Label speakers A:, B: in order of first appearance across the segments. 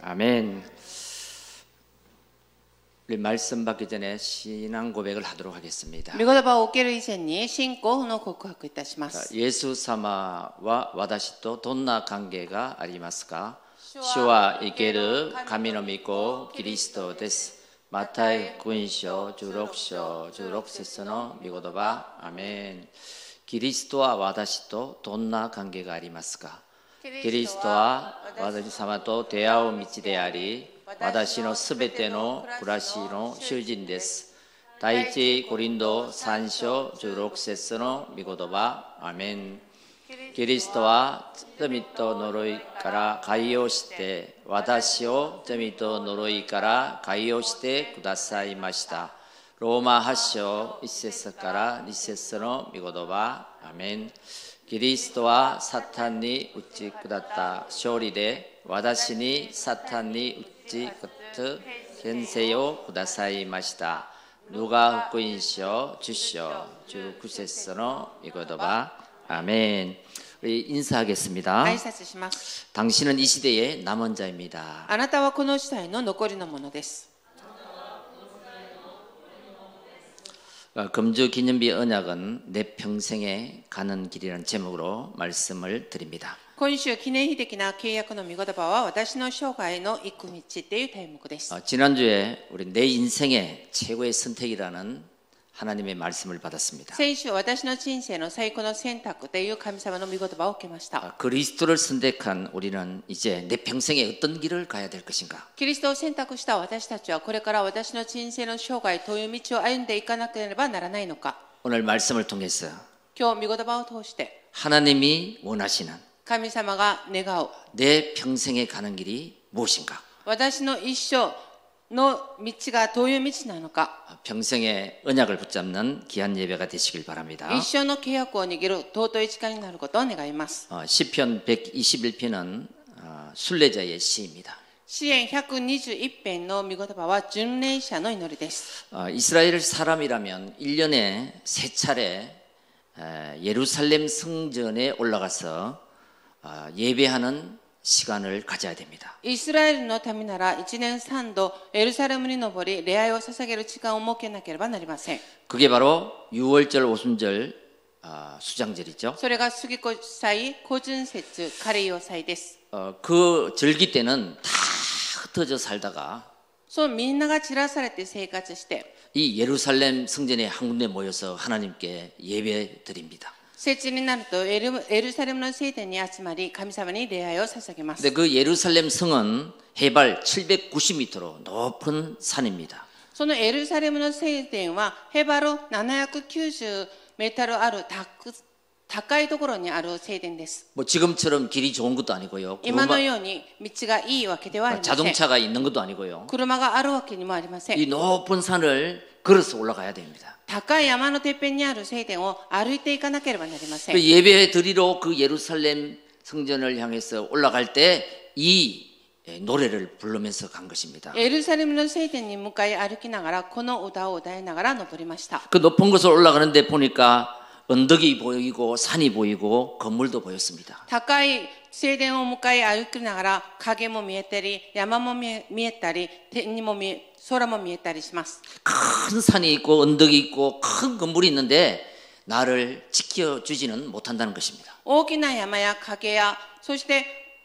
A: 아멘. 우리 말씀 받기 전에 신앙 고백을 하도록 하겠습니다.
B: 御言葉を受ける以前に信仰の告白いたしま
A: 자,
B: す
A: 예수 사마와 私とどんな関係がありますか主は生ける神の御子キリストです。マタイ福音書16章16節の御言葉、アメン。キリストは私とどんな関係がありますかキリストは私様と出会う道であり、私のすべての暮らしの主人です。第一コリンド3章16節の御言葉、アメン。キリストは罪と呪いから解放して、私を罪と呪いから解放してくださいました。ローマ8章1節から2節の御言葉、アメン。キリストはサタンに打ち下った勝利で、私にサタンに打ち勝つ権勢をくださいました。누가福音書10장19節の御言葉아멘 우리 인사하겠습니다.
B: 挨拶します
A: 당신은 이 시대의 남은 자입니다.
B: あなたはこの時代の残りのものです
A: 어, 금주 기념비 언약은 내 평생에 가는 길이라는 제목으로 말씀을 드립니다.
B: 今週記念碑的な契約の御言葉は私の生涯の行く道っていう題目です
A: 어, 지난주에 우리 내 인생의 최고의 선택이라는 하나님의 말씀을 받았습니다.
B: 先週私の人生の最高の選択という神様の御言葉を受けました
A: 아, 그리스도를 선택한 우리는 이제 내 평생에 어떤 길을 가야 될 것인가?
B: キリストを選択した私たちはこれから私の人生の生涯という道を歩んでいかなければならないのか
A: 오늘 말씀을 통해서
B: 今日御言葉を通して
A: 하나님이 원하시는
B: 神様が願う
A: 내 평생에 가는 길이 무엇인가?
B: 私の一生の道がどういう道なのか
A: 어, 평생의 언약을 붙잡는 귀한 예배가 되시길 바랍니다.
B: 一生の契約を握る尊い力になることを願います
A: 어, 시편 121편은 어, 순례자의 시입니다.
B: 支援121編の御言葉は巡礼者の祈りです
A: 어, 이스라엘 사람이라면 1년에 세 차례 에, 예루살렘 성전에 올라가서 어, 예배하는 시간을 가져야 됩니다.
B: イスラエルの民なら1年3度エルサレムに登り礼拝を捧げる時間を設けなければなりません
A: 그게 바로 6월절, 오순절, 어, 수장절이죠.
B: それが杉越祭個人節カレイオ祭です
A: 어, 그 절기 때는 다 흩어져 살다가
B: そうみんなが散らされて生活して
A: 이 예루살렘 성전에 한 군데 모여서 하나님께 예배 드립니다.
B: 節になるとエルエルサレムの聖殿に集まり神様に礼拝を捧げます
A: 근데 그 예루살렘 성은 해발 790m로 높은 산입니다.
B: そのエルサレムの聖殿はヘバロ790メートルあるたく高いところにある聖殿です。
A: 뭐 지금처럼 길이 좋은 것도 아니고요.
B: 今の
A: 구름아-
B: ように道がいいわけではありません。
A: 자동차가 있는 것도 아니고요.
B: 車があるわけにもありません。
A: 이 높은 산을 걸어서 올라가야 됩니다.
B: 高い山のてっぺんにある聖殿を歩いていかなければなりま
A: 네.
B: せん。
A: 그 예배 드리러 그 예루살렘 성전을 향해서 올라갈 때 이 예, 노래를 부르면서 간 것입니다.
B: エルサレムの聖殿に向かい歩きながらこの歌を歌いながら登りました。
A: 그 높은 곳을 올라가는데 보니까 언덕이 보이고 산이 보이고 건물도 보였습니다.
B: 高い聖殿を向かい歩きながら影も見えたり山も見え見えたり天にも見え空も見えたりします。
A: 큰 산이 있고 언덕이 있고 큰 건물이 있는데 나를 지켜주지는 못한다는 것입니다.
B: 大きな山や崖やそして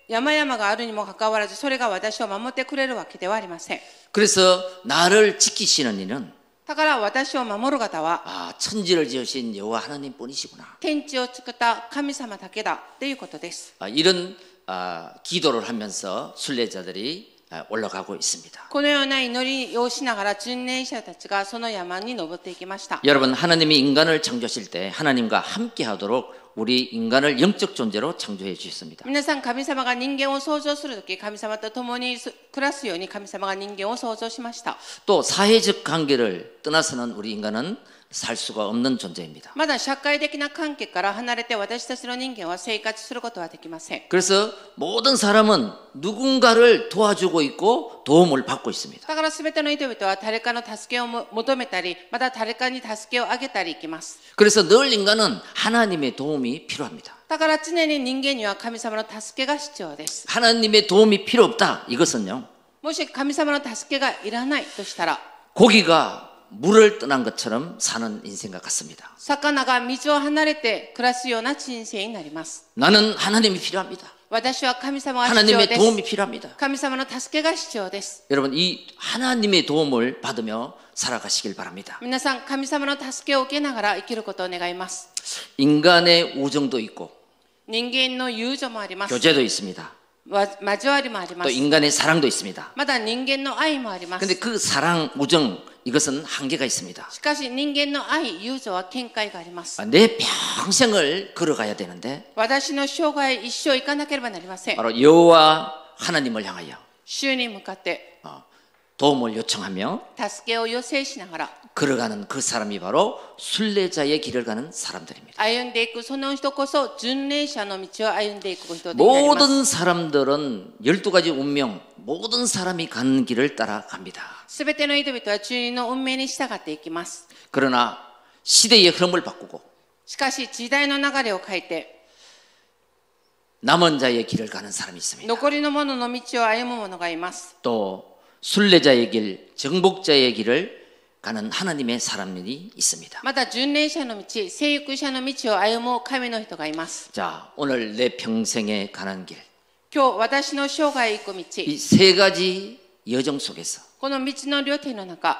B: 山々があるにもかかわらずそれが私を守ってくれるわけではありません
A: 그래서 나를 지키시는 이는
B: だから私を守る方は
A: 아 천지를 지으신 여호와 하나님 뿐이시구나.
B: 天地を作った神様だけだということです
A: 아, 이런 아, 기도를 하면서 순례자들이 아, 올라가고 있습니다.
B: このような祈りをしながら巡礼者たちがその山に登っていきました
A: 여러분 하나님이 인간을 창조하실 때 하나님과 함께하도록 우리 인간을 영적 존재로 창조해 주셨습니다.
B: 皆さん神様が人間を創造する時神様と共に暮らすように神様が人間を創造しました
A: 또 사회적 관계를 떠나서는 우리 인간은 살 수가 없는 존재입니다.
B: まだ社会的な関係から離れて私たちの人間は生活することはできません
A: 그래서 모든 사람은 누군가를 도와주고 있고 도움을 받고 있습니다.
B: だから全ての人々は誰かの助けをも求めたり、また誰かに助けをあげたりいきます。
A: 그래서 늘 인간은 하나님의 도움이 필요합니다.
B: だから常に人間には神様の助けが必要です。
A: 하나님의 도움이 필요 없다. 이것은요.
B: もし神様の助けがいらないとしたら
A: 고기가 물을 떠난 것처럼 사는 인생 같습니다.
B: 魚が水を離れて暮らすような人生になります
A: 나는 하나님이 필요합니다.
B: 私は神様が必要
A: 하나님의
B: です
A: 도움이 필요합니다.
B: 神様の助けが必要です
A: 여러분 이 하나님의 도움을 받으며 살아가시길 바랍니다.
B: 皆さん神様の助けを受けながら生きることを願います
A: 인간의 우정도 있고
B: 人間の友情もあります
A: 교제도 있습니다.
B: わ交わりもありま
A: 또
B: す
A: 인간의 사랑도 있습니다.
B: まだ人間の愛もあります
A: 근데 그 사랑, 우정 이것은 한계가 있습니다.
B: しかし人間の愛友情は見解があります
A: 아, 내 평생을 걸어가야 되는데
B: 私の生涯一生行かなければなりません
A: 바로 여호와 하나님을 향하여
B: 主に向かって
A: 어, 도움을 요청하며
B: 助けを要請しながら
A: 걸어가는 그 사람이 바로 순례자의 길을 가는 사람들입니다.
B: 歩んでいくその人こそ巡礼者の道を歩んでいく人であります
A: 모든 사람들은 12가지 운명, 모든 사람이 가는 길을 따라갑니다.
B: 全ての人々は中人の運命に従っていきます
A: 그러나 시대의 흐름을 바꾸고
B: しかし時代の流れを変えて
A: 남은 자의 길을 가는 사람이 있습니다.
B: 残りの者の道を歩む者がいます
A: 또 순례자의 길, 정복자의 길을 가는 하나님의 사람들이 있습니다.
B: また巡礼者の道征服者の道を歩む神の人がいます
A: 자, 오늘 내 평생에 가는 길.
B: 今日私の生涯行く道
A: 이 세 가지 여정 속에서
B: この道の両手の中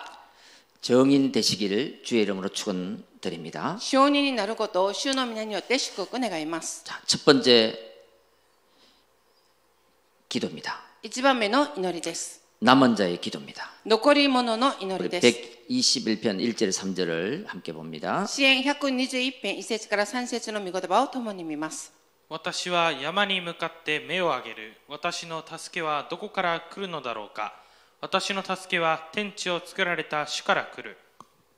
A: 정인 되시기를 주의 이름으로 축원드립니다.
B: 証人になることを主の皆によって祝福願います。
A: 자, 첫 번째 기도입니다.
B: 一番目の祈りです。
A: 남은 자의 기도입니다.
B: 残り物の祈
A: 우리
B: りです。
A: 121편 1절 3절을 함께 봅니다.
B: 支援121編1節から3節の御言葉を共に見ます。
C: 私は山に向かって目を上げる私の助けはどこから来るのだろうか私の助けは天地を作られた主から来る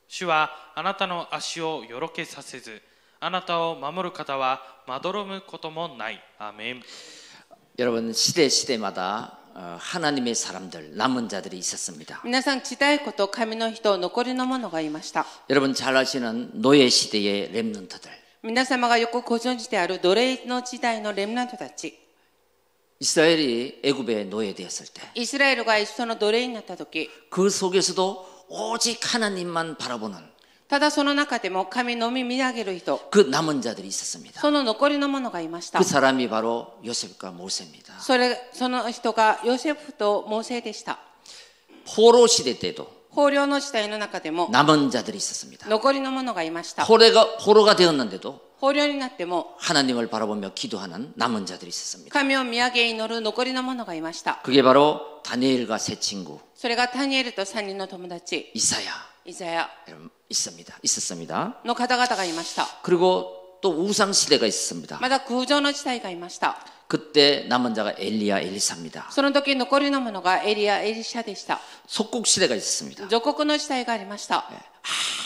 C: 主はあなたの足をよろけさせずあなたを守る方はまどろむこともないアーメン
A: 여러분 시대 시대마다 어, 하나님의 사람들 남은 자들이 있었습니다.
B: 皆さん、時代こと神の人、残りの者がいました。
A: 여러분 잘 아시는 노예 시대의 렘넌트들
B: 皆様がよくご存知である奴隷の時代のレムナントたち。
A: 이스라엘이 애굽의 노예되었을 때 그
B: イスラエルが一緒の奴隷になった時、
A: 속에서도 오직 하나님만 바라보는
B: ただその中でも神のみ見上げる人、
A: 그 남은 자들이 있었습니다.
B: その残りの者がいました
A: 그 。 사람이 바로 요셉과 모세입니다.
B: それ、その人がヨセフとモーセでした。
A: 포로 시대 때도
B: 豊漁の時代の中でも
A: 남은 자들이 있었습니다.
B: 残りの者がいました。
A: 포로가 포로가 되었는데도
B: 豊漁になっても
A: 하나님을 바라보며 기도하는 남은 자들이 있었습니다.
B: 神を見上げ祈る残りの者がいました。
A: 그게 바로 다니엘과 세 친구
B: それがタニエルと3人の友達、
A: 이사야
B: イザヤ
A: 여러분, 있습니다. 있었습니다.
B: の方々がいました。
A: 그리고 또 우상 시대가 있었습니다.
B: まだ空城の時代がいました。
A: 그때 남은 자가 엘리야 엘리사입니다.
B: その時残りの者がエリア、エリシャでした。
A: 속국 시대가 있었습니다.
B: 属国の時代がありました。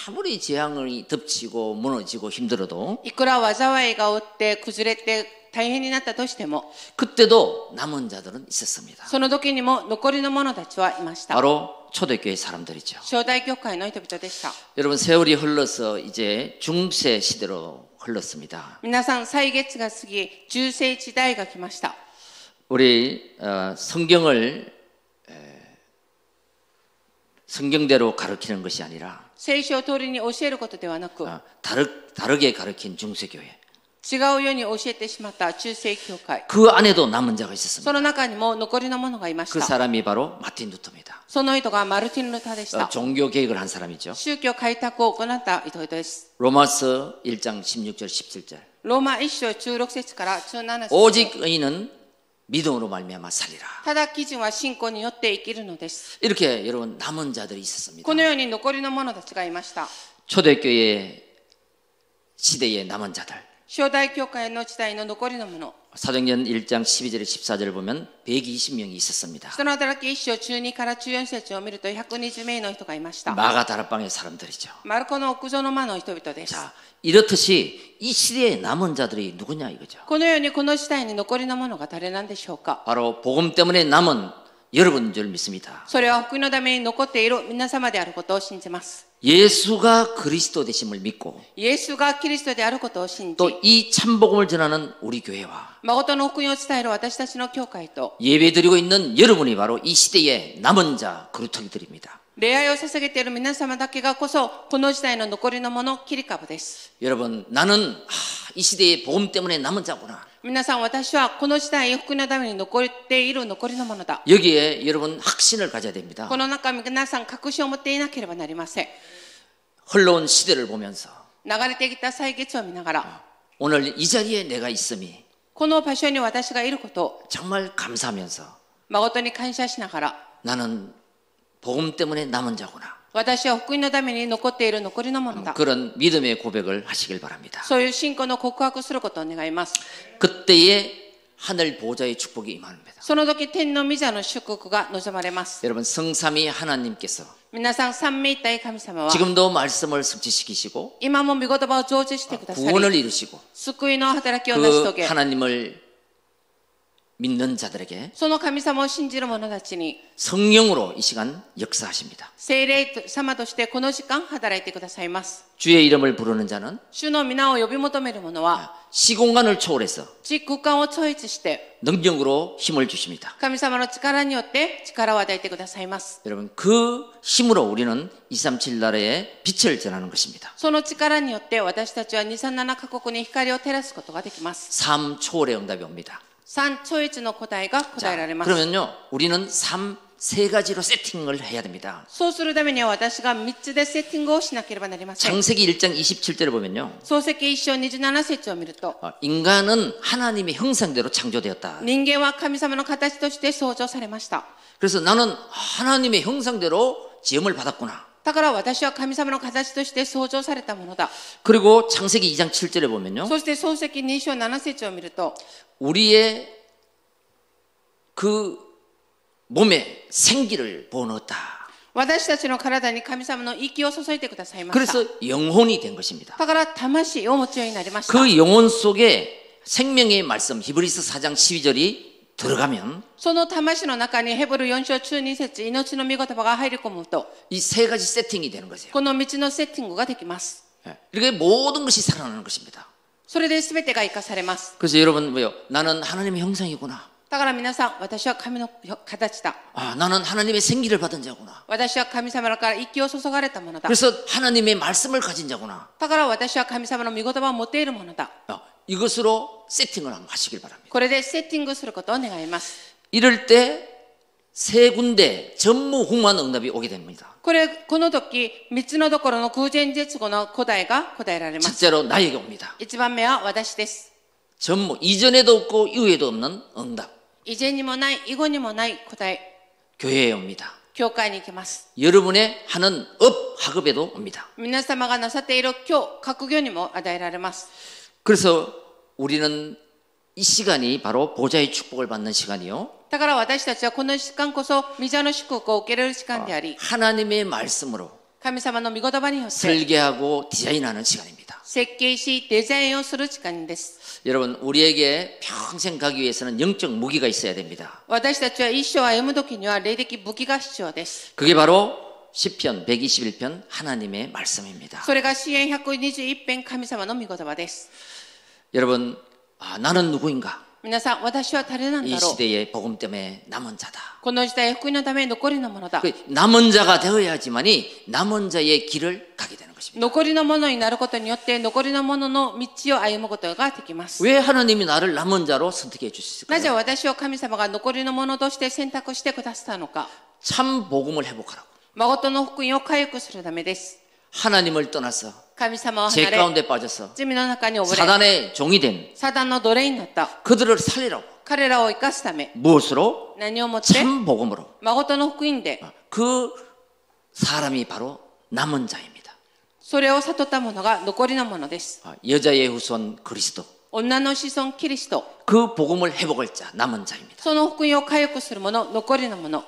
A: 아무리 재앙이 덮치고 무너지고 힘들어도
B: いくら災いが負って崩れて大変になったとしても、
A: 그때도 남은 자들은 있었습니다.
B: その時にも残りの者たちはいました。
A: 바로 초대교회 사람들이죠.
B: 正代教会の人々でした。
A: 여러분 세월이 흘러서 이제 중세 시대로 흘렀습니다.
B: 皆さん、歳月が過ぎ、中世時代が来ました。
A: 우리 어, 성경을 에, 성경대로 가르치는 것이 아니라
B: 聖書を通りに教えることではなく、
A: 어, 다르, 다르게 가르친 중세교회
B: 違うように教えてしまった中世教会。
A: 그 안에도 남은 자가 있었습니다.
B: その中にも残りのものがいまし
A: 그
B: た。
A: 사람이 바로 마틴 루터입니다.
B: その人がマルティン・ルターでし
A: 어,
B: た。
A: 종교 개혁을 한 사람이죠.
B: 宗教開拓を行った人です。
A: 로마서 1장 16절 17절.
B: ローマ1章16節から17節。
A: 오직 의인은 믿음으로 말미암아 살리라.
B: ただ基準は信仰によって生きるのです。
A: 이렇게 여러분 남은 자들이 있었습니다.
B: このように残りの者たちがいました。
A: 초대교회 시대의 남은 자들.
B: 正代教会の時代の残りの者。
A: 사도행전 1장 12절 14절을 보면 120명이 있었습니다.
B: 人の働き1章12から14節を見ると120名の人がいました。
A: 마가다락방의 사람들이죠.
B: マルコの屋上の間の人々です。
A: 자, 이렇듯이 이 시대의 남은 자들이 누구냐 이거죠.
B: このようにこの時代に残りの者が誰なんでしょうか
A: 바로 복음 때문에 남은 여러분인 줄 믿습니다.
B: それは福音のために残っている皆様であることを信じます。
A: 예수가 그리스도 되심을 믿고
B: イエスがキリストであることを信じ、
A: 또 이 참복음을 전하는 우리 교회와
B: 誠の福音を伝える私たちの教会と、
A: 예배드리고 있는 여러분이 바로 이 시대의 남은 자 그루터기들입니다.
B: 礼拝を捧げている皆様だけがこそ、この時代の残りのもの、切り株です。
A: 여러분 나는 하, 이 시대의 복음 때문에 남은 자구나.
B: 皆さん、私はこの時代、福音のために残っている残りのものだ。
A: 여기에 여러분 확신을 가져야 됩니다.
B: この中、皆さん、確信を持っていなければなりません。
A: 흘러온 시대를 보면서
B: 流れてきた歳月を見ながら、
A: 오늘 이 자리에 내가 있음이
B: この場所に私がいることを、
A: 정말 감사하면서
B: 誠に感謝しながら、
A: 나는 복음 때문에 남은 자구나.
B: 私は福音のために残っている残りのものだ。
A: 그런 믿음의 고백을 하시길 바랍니다.
B: そういう信仰の告白をすることを願います。
A: 그때에 하늘 보좌의 축복이 임합니다.
B: その時、天の御座の祝福が望まれます。
A: 여러분 성삼위 하나님께서
B: 皆さん、三名一体神様は、
A: 지금도 말씀을 성취시키시고
B: 今も御言葉を成就してくださ
A: 구원을
B: り、
A: 이루시고
B: 救いの働きを成し遂
A: 그
B: げ、
A: 하나님을 믿는 자들에게
B: その神様を信じる者たちに、
A: 성령으로 이 시간 역사하십니다.
B: 聖霊様としてこの時間働いてくださいます。
A: 주의 이름을 부르는 자는 아,
B: 主の皆を呼び求める者は、
A: 시공간을 초월해서
B: 地空間を超越して、
A: 능력으로 힘을 주십니다.
B: 神様の力によって力を与えてくださいます。
A: 여러분 그 힘으로 우리는 237 나라에 빛을 전하는 것입니다.
B: その力によって私たちは237カ国に光を照らすことができます。
A: 삶 초월의 응답이 옵니다.
B: 3超越の答えが答えられます。
A: 그러면요 우리는 삶 세 가지로 세팅을 해야 됩니다.
B: そうするためには私が3つでセッティングをしなければなりません。
A: 창세기 1장 27절을 보면요
B: 創世記一章27節を見ると、
A: 어, 인간은 하나님의 형상대로 창조되었다.
B: 人間は神様の形として創造されました。
A: 그래서 나는 하나님의 형상대로 지음을 받았구나.
B: だから私は神様の形として創造されたものだ。
A: 그리고 창세기 2장 7절에 보면요
B: そして創世記2章7節を見ると、
A: 우리의 그 몸에 생기를 부어넣었다.
B: 私たちの体に神様の息を注いでくださいました。
A: 그래서 영혼이 된 것입니다.
B: だから魂を持つようになりました。
A: 그 영혼 속에 생명의 말씀 히브리스 4장 12절이 들어가면
B: その魂の中にヘブル4章中2節命の御言葉が入り込むと、
A: 이 세 가지 세팅이 되는 거죠.
B: この道のセッティングができます。
A: 예. 이렇게 모든 것이 살아나는 것입니다.
B: それで全てが生かされます。
A: 그래서 여러분 뭐요? 나는 하나님의 형상이구나.
B: だから皆さん、私は神の形だ。
A: 아, 나는 하나님의 생기를 받은 자구나.
B: 私は神様から息を注がれたものだ。
A: 그래서 하나님의 말씀을 가진 자구나.
B: だから私は神様の御言葉を持っているものだ。
A: 어, 이것으로 세팅을 한번 하시길 바랍니다.
B: これでセッティングすることを願います。
A: 이럴 때 세 군데 전무후무한 응답이 오게 됩니다.
B: これ、この時、三つのところの空前絶後の答えが答えられます。
A: 첫째로 나에게 옵니다.
B: 一番目は私です。
A: 전무 이전에도 없고 이후에도 없는 응답.
B: 以前にもない、以後にもない答え、
A: 교회에 옵니다.
B: 教会に行きます。
A: 여러분의 하는 업 학업에도 옵니다.
B: 皆様がなさっている今日、格業にも与えられます。
A: 그래서 우리는 이 시간이 바로 보좌의 축복을 받는 시간이요.
B: だから私たちはこの時間こそ、御座の祝福を受けれる時間であり、
A: 하나님의 말씀으로
B: 神様の御言葉によって、
A: 설계하고 디자인하는 시간입니다.
B: 設計し、デザインをする時間です。
A: 여러분 우리에게 평생 가기 위해서는 영적 무기가 있어야 됩니다.
B: 私たちは一生歩む時には、霊的武器が必要です。
A: 그게 바로 시편 121편 하나님의 말씀입니다.
B: それが支援121編神様の御言葉です。
A: 여러분 아, 나는 누구인가?
B: 皆さん、私は誰なん
A: 이
B: だろう
A: 시대의 복음 때문에 남은 자다.
B: この時代、福音のため残りのものだ
A: 그 。 남은 자가 되어야지만이 남은 자의 길을 가게 되는 것입니다.
B: 残りのものになることによって、残りのものの道を歩むことができます。
A: 왜 하나님이 나를 남은 자로 선택해
B: なぜ
A: 주셨을까요?
B: 私を神様が残りのものとして選択してくださったのか。
A: 참 복음을 회복하라고.
B: 誠の福音を回復するためです。
A: 하나님을 떠나서
B: 神様を
A: 죄
B: 離れ、
A: 가운데 빠져서
B: 罪の中に溺れ、
A: 사단의 종이 된
B: サダンの奴隷になった。
A: 그들을 살리라고.
B: 彼らを生かすため、
A: 무엇으로?
B: 何をもって、
A: 참 복음으로.
B: 誠の福音で、
A: 그 사람이 바로 남은 자입니다.
B: それを悟ったものが残りのものです。
A: 아, 여자의 후손 그리스도.
B: 女の子孫キリスト。
A: 그 복음을 회복할 자, 남은 자입니다.
B: その福音を回復するもの、残りのもの。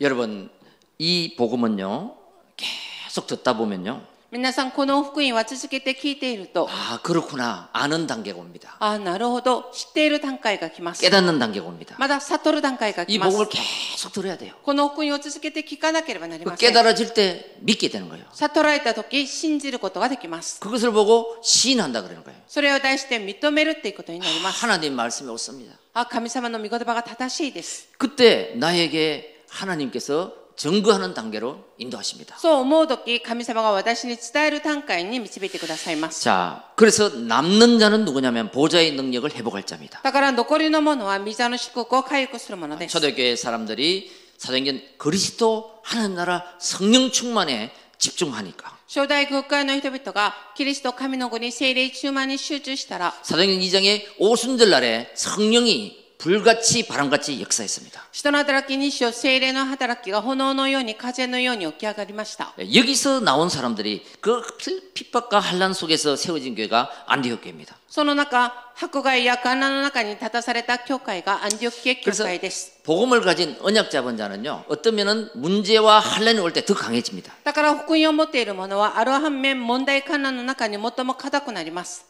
A: 여러분, 이 복음은요. 계속 듣다 보면요.
B: 皆さんこの福音は続けて聞いていると
A: 아, 그렇구나. 아는 단계가 옵니다.
B: ああなるほど知っている段階が来ます
A: 깨닫는 단계가 옵니다.
B: まだ悟る段階が
A: 이
B: 来ます
A: 복음을 계속 들어야 돼요.
B: この福音を続けて聞かなければなり
A: 그
B: ません
A: 깨달아질 때 믿게 되는 거예요.
B: 悟られた時信じることができます
A: 그것을 보고 시인한다 그러는 거예요.
B: それを題して認めるっていうことになります
A: 하나님 말씀이 옳습니다.
B: あ神様の御言葉が正しいです
A: 그때 나에게 하나님께서 증거하는 단계로 인도하십니다.
B: そう思う時神様が私に伝える段階に導いてくださいます
A: 자, 그래서 남는 자는 누구냐면 보좌의 능력을 회복할 자입니다.
B: だから残りのものは御座の祝福を回復するも
A: 네.
B: のです。
A: 초대교회 사람들이 사도행전 그리스도 하나님 나라 성령 충만에 집중하니까
B: 初代国会の人々がキリスト神の子に聖霊中満に集中したら、
A: 사도행전 2장의 오순절 날에 성령이 불같이 바람같이 역사했습니다.
B: 人の働きにしよ聖霊の働きが炎のように風のように起き上がりました。
A: 예, 여기서 나온 사람들이 그 핍박과 한란 속에서 세워진 교회가 안디옥 교회입니다.
B: その中、迫害や観覧の中に立たされた教会がアンディオッケ教
A: 그래서
B: 会です。
A: 복음을 가진 언약 잡은 자는요, 어떤 면은 문제와 한란이 올 때 더 강해집니다.
B: だから福音を持っている者は、ある反面問題観覧の中に最も固くなります。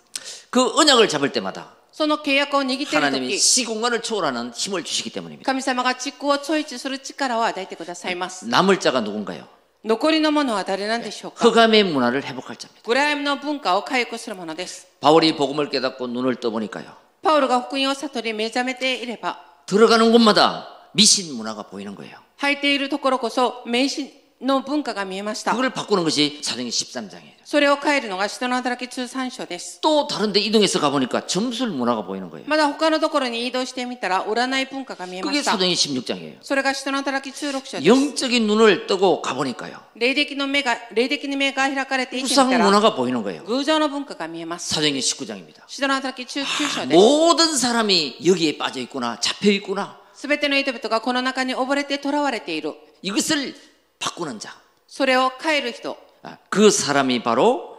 A: 그 언약을 잡을 때마다
B: その契約を握っている
A: 하나님이
B: 時、
A: 시공간을 초월하는 힘을 주시기 때문입니다.
B: 神様が地区を超一する力を与えてくださいます。
A: 남을 자가 누군가요?
B: 残りのものは誰なんでしょうか
A: 허감의 문화를 회복할 자입니다.
B: グライムの文化を回復するものです。
A: 바울이 복음을 깨닫고 눈을 떠보니까요.
B: パウロが福音を悟り目覚めていれば、
A: 들어가는 곳마다 미신 문화가 보이는 거예요.
B: 履いているところこそ迷信の文化が見えました。
A: 그걸 바꾸는 것이 사도행 13장이에요.
B: それを変えるのが人の働き通産省です。
A: 또 다른 데 이동해서 가보니까 점술 문화가 보이는 거예요.
B: まだ他のところに移動してみたら占い文化が見えま
A: 그게
B: した
A: 사도행 16장이에요.
B: それが人の働き通録書です
A: 영적인 눈을 뜨고 가보니까요.
B: 霊歴の目が霊的に目が開かれていてみ
A: 우상
B: たら
A: 문화가 보이는 예, 거예요.
B: 偶像の文化が見えます
A: 사도행 19장입니다.
B: 人の働き中級
A: 아,
B: 書
A: 네.
B: です
A: 모든 사람이 여기에 빠져 있구나, 잡혀 있구나.
B: すべての人々がこの中に溺れて囚われている
A: 이것을 바꾸는 자.
B: それを変える人
A: 아, 그 사람이 바로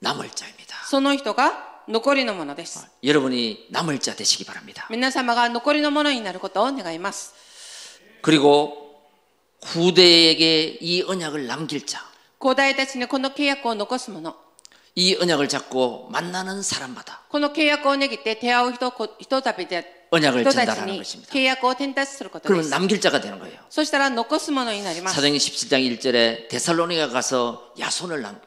A: 남을 자입니다.
B: その人が残りのものです
A: 여러분이 남을 자 되시기 바랍니다.
B: 皆様が残りのものになることを願います
A: 그리고 후대에게 이 언약을 남길 자,
B: 古代たちにこの契約を残すもの
A: 이 언약을 잡고 만나는 사람마다
B: この契約を握って手合う人こ人旅で
A: 언약을
B: 人たち
A: 전달하는
B: に
A: 것입니다.
B: 契約を転達することで
A: 그러면
B: す
A: 남길 자가 되는 거예요.
B: そしたら残すものになります。
A: 사도행 17장 1절에 데살로니가 가서 야손을 남.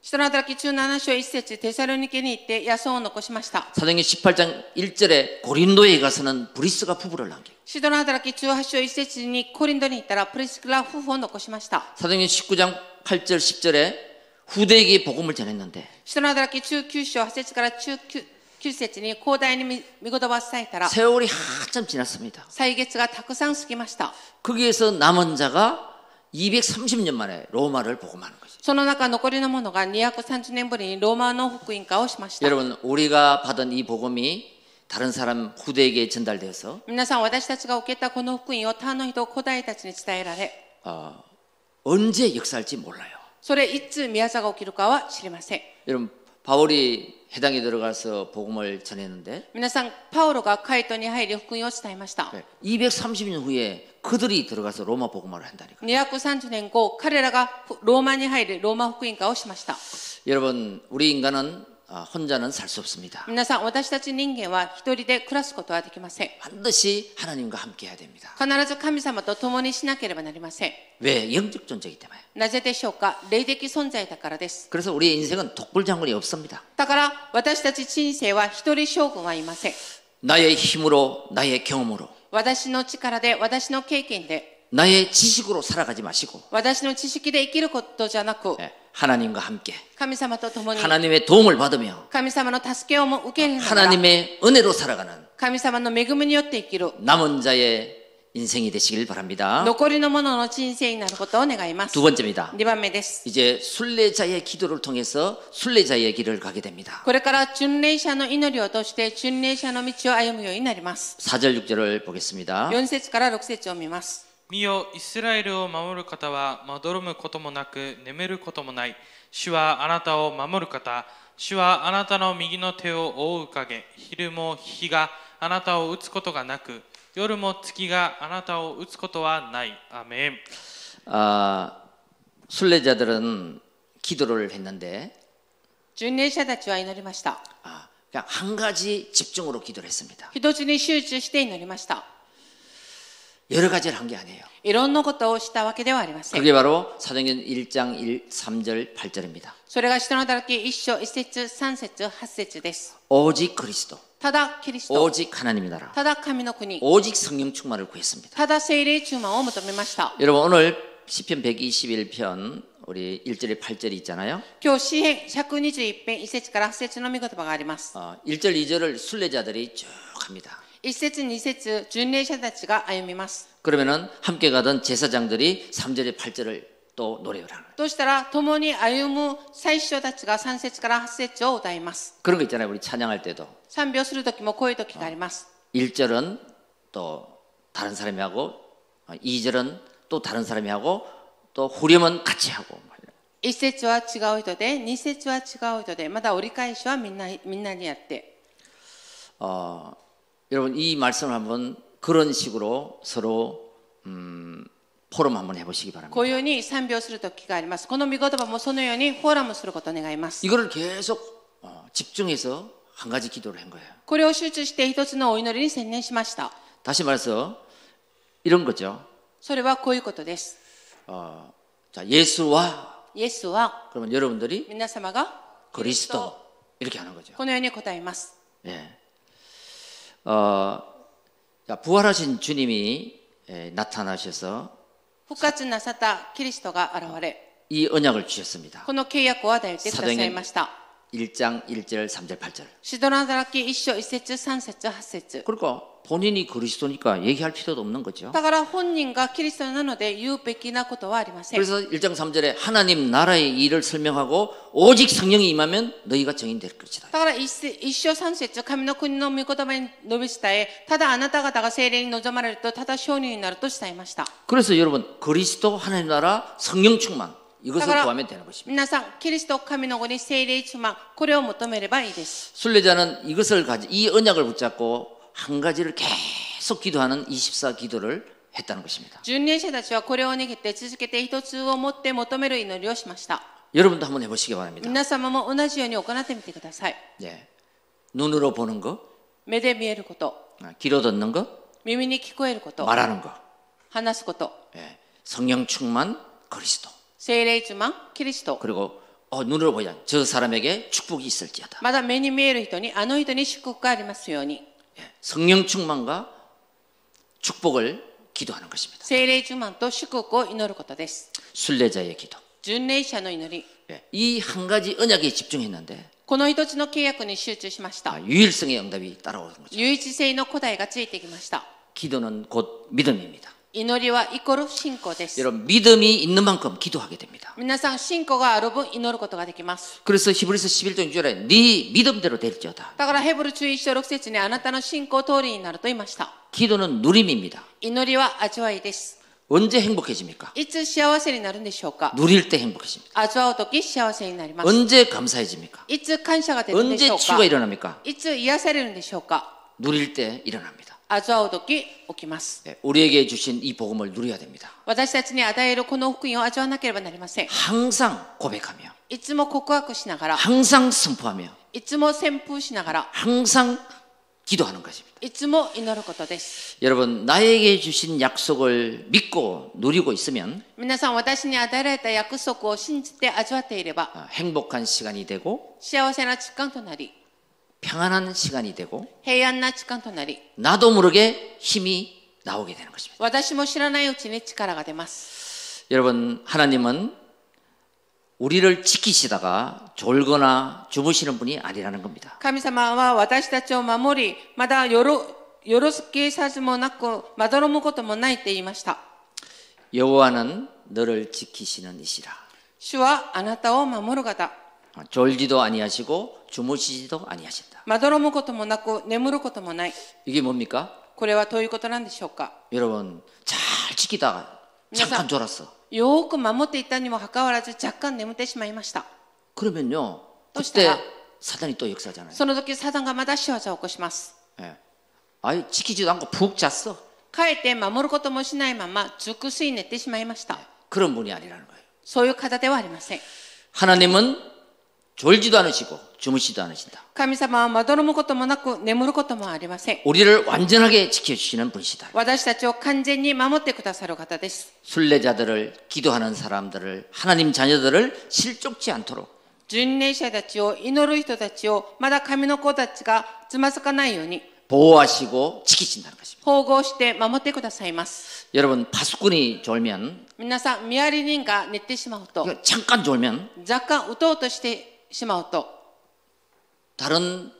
B: 人の働き中7章1節テサロニケに行って野草を残しました。
A: 사도행 18장 1절에 고린도에 가서는 브리스가 부부를 남기고
B: 人の働き中8章1節にコリンドに行ったらプリスクラ夫婦を残しました。
A: 사도행 19장 8절 10절에 후대에게 복음을 전했는데
B: 人の働き中9章8節から中 9, 9節に広大に見見言葉を伝えたら
A: 세월이 한참 지났습니다.
B: 歳月がたくさん過ぎました。
A: 거기에서 남은 자가 230년 만에 로마를 복음하는 거죠.
B: その中残りのものが230年ぶりにローマの福音化をしました。
A: 여러분 우리가 받은 이 복음이 다른 사람 후대에게 전달되어서
B: 皆さん私たちが受けたこの福音を他の人、古代たちに伝えられ、
A: 어, 언제 역사할지 몰라요.
B: それいつ宮座が起きるかは知りません。
A: 여러분 바울이 해당에 들어가서 복음을 전했는데
B: 皆さん、パウロがカイトに入り福音を伝えました。
A: 230년 네, 후에 그들이 들어가서 로마 복음을 한다니까.
B: 230年後、彼らがローマに入り、ローマ福音化をしました。
A: 여러분 우리 인간은 아, 혼자는 살 수 없습니다.
B: 皆さん、私たち人間は一人で暮らすことはできません。
A: 반드시 하나님과 함께해야 됩니다.
B: 必ず神様と共にしなければなりません。
A: 왜 영적 존재이기 때문에.
B: なぜでしょうか霊的存在だからです。
A: 그래서 우리의 인생은 독불장군이 없습니다.
B: だから、私たち人生は一人将軍はいません。
A: 나의 힘으로 나의 경험으로
B: 私の力で、私の経験で、
A: 나의 지식으로 살아가지 마시고
B: 私の知識で生きることじゃなく、
A: 예, 하나님과 함께
B: 神様と共に、
A: 하나님의 도움을 받으며
B: 神様の助けをも受け入れながら、
A: 하나님의 은혜로 살아가는
B: 神様の恵みによって生きる、
A: 남은 자의 인생이 되시길 바랍니다.
B: 残りのものの人生になることを願います
A: 두 。 번째입니다.
B: 2番目です。
A: 이제 순례자의 기도를 통해서 순례자의 길을 가게 됩니다.
B: これから巡礼者の祈りを通して巡礼者の道を歩むようになります。
A: 4절 6절을 보겠습니다.
B: 4節から6節を見ます。
C: 見よイスラエルを守る方はまどろむこともなく眠ることもない主はあなたを守る方主はあなたの右の手を覆う影昼も日があなたを打つことがなく夜も月があなたを打つことはないアーメン
A: 아, 순례자들은 기도를 했는데
B: 巡礼者たちは祈りました。
A: 아, 그냥 한 가지 집중으로 기도를 했습니다.
B: 一つに集中して祈りました。
A: 여러 가지를 한 게 아니에요.
B: いろんなことをしたわけではありません。
A: 그게 바로 사도행전 1장 1, 3절 8절입니다.
B: それが人の働き一章一節三節八節です。
A: 오직 그리스도,
B: ただキリスト、
A: 오직 하나님 나라,
B: ただ神の国、
A: 오직 성령 충만을 구했습니다.
B: ただ聖霊充満を求めました。
A: 여러분 오늘 시편 121편 우리 1절에 8절이 있잖아요.
B: 今日詩編121編1節から8節の御言葉があります。
A: 어, 1절 2절을 순례자들이 쭉 합니다.
B: 1節2節巡礼者たちが歩みます。
A: 그러면은 함께 가던 제사장들이 3절에 8절을 또 노래를 하는 거예요.
B: どうしたら共に歩む最初たちが3節から8節を歌います。
A: 그런 거 있잖아요. 우리 찬양할 때도
B: 賛美をする時もこういう時があります。
A: 1절은 또 다른 사람이 하고 어, 2절은 또 다른 사람이 하고 또 후렴은 같이 하고
B: 1節は違う人で、2節は違う人で、まだ折り返しはみんなみんなにやって。
A: 어, 여러분 이 말씀을 한번 그런 식으로 서로 음, 포럼 한번 해보시기 바랍니다.
B: こういうように賛美をする時があります。この御言葉もそのようにフォーラムすることを願います。
A: 이거를 계속 어, 집중해서 한 가지 기도를 한 거예요.
B: これを集中して一つのお祈りに専念しました。
A: 다시 말해서 이런 거죠.
B: それはこういうことです。
A: 어, 자 예수와
B: イエスは
A: 그러면 여러분들이
B: 皆様が
A: 그리스도 이렇게 하는 거죠.
B: このように答えます。
A: 예. 어, 자, 부활하신 주님이 예, 나타나셔서
B: 復活なさったキリストが現れ、
A: 이 언약을 주셨습니다.
B: この契約を与えてくださいました。
A: 1장 1절 3절 8절.
B: シドの働き一章一節三節八節。
A: 그러니까 본인이 그리스도니까 얘기할 필요도 없는 거죠.
B: だから本人がキリストなので言うべきなことはありません。
A: 그래서 1장 3절에 하나님 나라의 일을 설명하고 오직 성령이 임하면 너희가 정인될 것이다.
B: だから一節一章三節神の国の御言葉に述べ伝え、ただあなた方が聖霊に望まれると、ただ証人になると伝えました。
A: 그래서 여러분 그리스도 하나님 나라 성령 충만 이것을
B: 따가라.
A: 구하면 되는 것입니다.
B: 皆さん、キリスト神の国聖霊一万、これを求めればいいです。
A: 순례자는 이것을 가지 이 언약을 붙잡고 한 가지를 계속 기도하는 24 기도를 했다는 것입니다.
B: 巡礼者たちはこれを握って続けて一つを持って求める祈りをしました。
A: 여러분도 한번 해보시기 바랍니다.
B: 皆様も同じように行ってみてください。
A: 네. 눈으로 보는 거,
B: 目で見えること、
A: 아, 귀로 듣는 거,
B: 耳に聞こえること、
A: 말하는 거,
B: 話すこと、
A: 예. 성령 충만 그리스도
B: 聖霊一万、キリスト。
A: 그리고 어, 눈으로 보자 저 사람에게 축복이 있을지어다.
B: まだ目に見える人に、あの人に祝福がありますように。
A: 예. 성령 충만과 축복을 기도하는 것입니다.
B: 聖霊呪満と祝福を祈ることです。
A: 순례자의 기도.
B: 巡礼者の祈り。
A: 예, 이 한 가지 언약에 집중했는데
B: この一つの契約に集中しました。
A: 아, 유일성의 응답이 따라오는 거죠.
B: 唯一性の答えがついてきました。
A: 기도는 곧 믿음입니다.
B: 祈りはイコール信仰です。
A: 여러분 믿음이 있는 만큼 기도하게 됩니다.
B: 皆さん、信仰がある分祈ることができます。
A: 그래서 히브리서 11장 6절에 네 믿음대로 될지어다.
B: だからヘブル注意書6節にあなたの信仰通りになると言いました。
A: 기도는 누림입니다.
B: 祈りは味わいです。
A: 언제 행복해집니까?
B: いつ幸せになるんでしょうか
A: 누릴 때 행복해집니다.
B: 味わうとき幸せになります。
A: 언제 감사해집니까?
B: いつ感謝が出るんでし
A: 언제
B: ょうか
A: 치유가 일어납니까?
B: いつ癒されるんでしょうか
A: 누릴 때 일어납니다.
B: 味わうとき起きます。
A: 예, 우리에게 주신 이 복음을 누려야 됩니다.
B: 私たちに与えるこの福音を味わわなければなりません。
A: 항상 고백하며
B: いつも告白しながら、
A: 항상 선포하며
B: いつも旋風しながら、
A: 항상 기도하는 것입니다.
B: いつも祈ることです。
A: 여러분 나에게 주신 약속을 믿고 누리고 있으면
B: 皆さん、私に与えられた約束を信じて味わっていれば、
A: 아, 행복한 시간이 되고
B: 幸せな時間となり、
A: 평안한 시간이 되고
B: 平安な時間となり、
A: 나도 모르게 힘이 나오게 되는 것입니다.
B: 私も知らないうちに力が出ます。
A: 여러분 하나님은 우리를 지키시다가 졸거나 주무시는 분이 아니라는 겁니다.
B: 神様は私たちを守り、まだよろ、よろすけさずもなく、まどろむこともないって言いました。
A: 여호와는 너를 지키시는 이시라. 아,
B: 主はあなたを守る方、
A: 졸지도 아니하시고 주무시지도 아니하신다.
B: まどろむこともなく、眠ることもない。
A: 이게 뭡니까?
B: これはどういうことなんでしょうか
A: 여러분 잘 지키다가 잠깐 졸았어.
B: よーく守っていたにもかかわらず若干眠ってしまいました。
A: 그러면요
B: 또
A: 그때
B: 시작아.
A: 사단이 또 역사잖아요.
B: その時サタンがまた仕業を起こします。
A: 예. 아예 지키지도 않고 푹 잤어.
B: かえって守ることもしないまま熟睡寝てしまいました。
A: 그런 분이 아니라는 거예요.
B: そういう方ではありません。
A: 하나님은 졸지도 않으시고 주무시지도 않으신다.
B: 神様はまどろむこともなく眠ることもありません
A: 우리를 완전하게 지켜주시는 분이시다.
B: 私たちを完全に守ってくださる方です
A: 순례자들을 기도하는 사람들을 하나님 자녀들을 실족지 않도록
B: 巡礼者たちを祈る人たちをまだ神の子たちがつまずかないように
A: 보호하시고 지키신다는 것입니다.
B: 保護して守ってくださいます
A: 여러분 파수꾼이 졸면
B: 皆さん見張り人が寝てしまうと
A: 그러니까 잠깐 졸면
B: 若干うとうとしてしまうと
A: 다른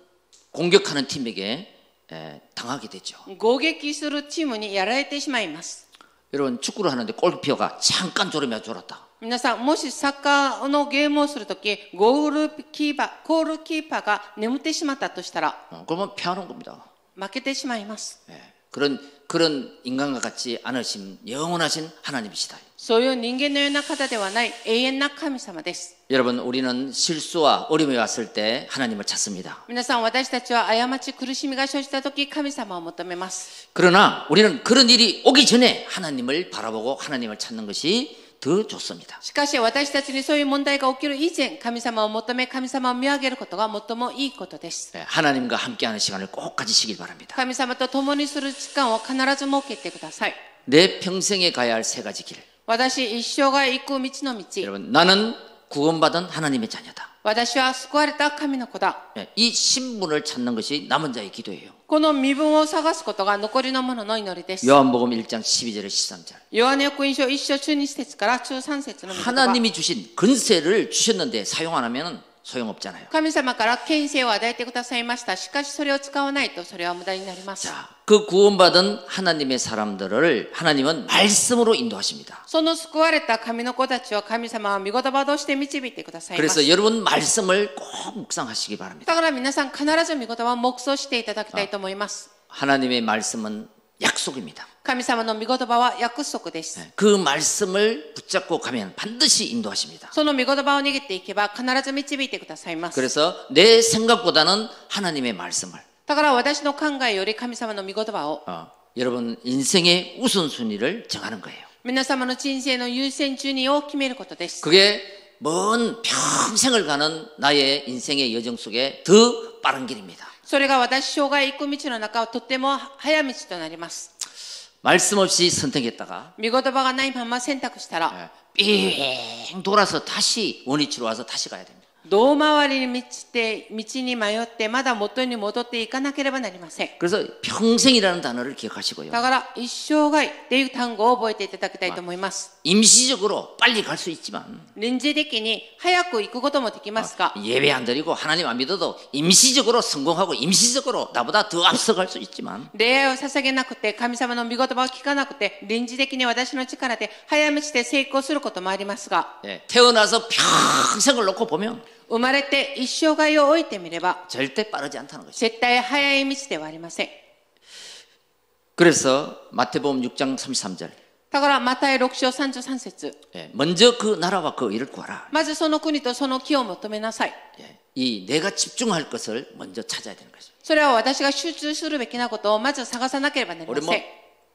A: 공격하는 팀에게 에, 당하게 되죠.
B: 攻撃するチームにやられてしまいます
A: 여러분 축구를 하는데 골키퍼가 잠깐 졸으면 졸았다.
B: 皆さんもしサッカーのゲームをするときゴールキーパーゴールキーパーが眠ってしまったとしたら
A: 어, 그러면 패하는 겁니다.
B: 負けてしまいます
A: 예, 그런 그런 인간과 같지 않으신 영원하신 하나님이시다.
B: そういう人間のような方ではない永遠な神様です
A: 여러분 우리는 실수와 어려움이 왔을 때 하나님을 찾습니다.
B: 皆さん私たちは過ち苦しみが生じたとき神様を求めます
A: 그러나 우리는 그런 일이 오기 전에 하나님을 바라보고 하나님을 찾는 것이 더 좋습니다.
B: しかし私たちにそういう問題が起きる以前神様を求め神様を見上げることが最もいいことです
A: 예, 하나님과 함께하는 시간을 꼭 가지시길 바랍니다.
B: 神様と共にする時間を必ず設けてください
A: 내 평생에 가야 할 세 가지 길.
B: 私一生が行く道の道
A: 여러분 나는 구원받은 하나님의 자녀다.
B: 私は救われた神の子だ
A: 예, 이 신분을 찾는 것이 남은 자의 기도예요.
B: この身分を探すことが残りのものの祈りです。
A: 요한복음 1장 12절에 13절.
B: ヨハネ福音書1章12節から13節の御言葉
A: 하나님이 주신 근세를 주셨는데 사용 안 하면 소용없잖아요.
B: 神様から権勢を与えてくださいました。しかしそれを使わないとそれは無駄になります。
A: 그 구원받은 하나님의 사람들을 하나님은 말씀으로 인도하십니다.
B: その救われた神の子たちを神様は御言葉として導いてくださいます。
A: 그래서 여러분 말씀을 꼭 묵상하시기 바랍니다.
B: だから皆さん必ず御言葉を黙想していただきたいと思います。
A: 하나님의 말씀은 약속입니다.
B: 神様の御言葉は約束です。
A: 그 말씀을 붙잡고 가면 반드시 인도하십니다.
B: その御言葉を握っていけば必ず導いてくださいます。
A: 그래서 내 생각보다는 하나님의 말씀을
B: だから私の考えより神様の御言葉を
A: 어, 여러분 인생의 우선순위를 정하는 거예요.
B: 皆様の人生の優先順位を決めることです。
A: 그게 먼 평생을 가는 나의 인생의 여정 속에 더 빠른 길입니다.
B: それが私生涯行く道の中はとっても早道となります。
A: 말씀 없이 선택했다가
B: 見言葉がないまま選択したら、
A: 예, 삥 돌아서 다시 원위치로 와서 다시 가야 됩니다.
B: 胴回りに満ちて、道に迷って、まだ元に戻っていかなければなりません。
A: 그래서 평생이라는 단어를 기억하시고요.
B: だから、一生涯っていう単語を覚えていただきたいと思います。
A: 임시적으로 빨리 갈 수 있지만 그러니까
B: 臨時的に早く行くこともできますが、
A: 예배 안 드리고 하나님 안 믿어도 임시적으로 성공하고 임시적으로 나보다 더 앞서갈 수 있지만
B: 恋愛を捧げなくて、神様の見言葉を聞かなくて、臨時的に私の力で早道で成功することもありますが、
A: 예, 태어나서 평생을 놓고 보면
B: 生まれて一生涯を置いてみれば、
A: 절대 빠르지 않다는 것이죠.
B: 絶対早い道ではありません。
A: 그래서 마태복음 6장 33절
B: だから、マタイ6章33節
A: 예, 먼저 그 나라와 그 의를 구하라.
B: まずその国とその木を求めなさい。
A: 예, 이 내가 집중할 것을 먼저 찾아야 되는 것이죠.
B: それは私が集中するべきなことをまず探さなければなりま
A: 우리
B: せ
A: 뭐
B: ん。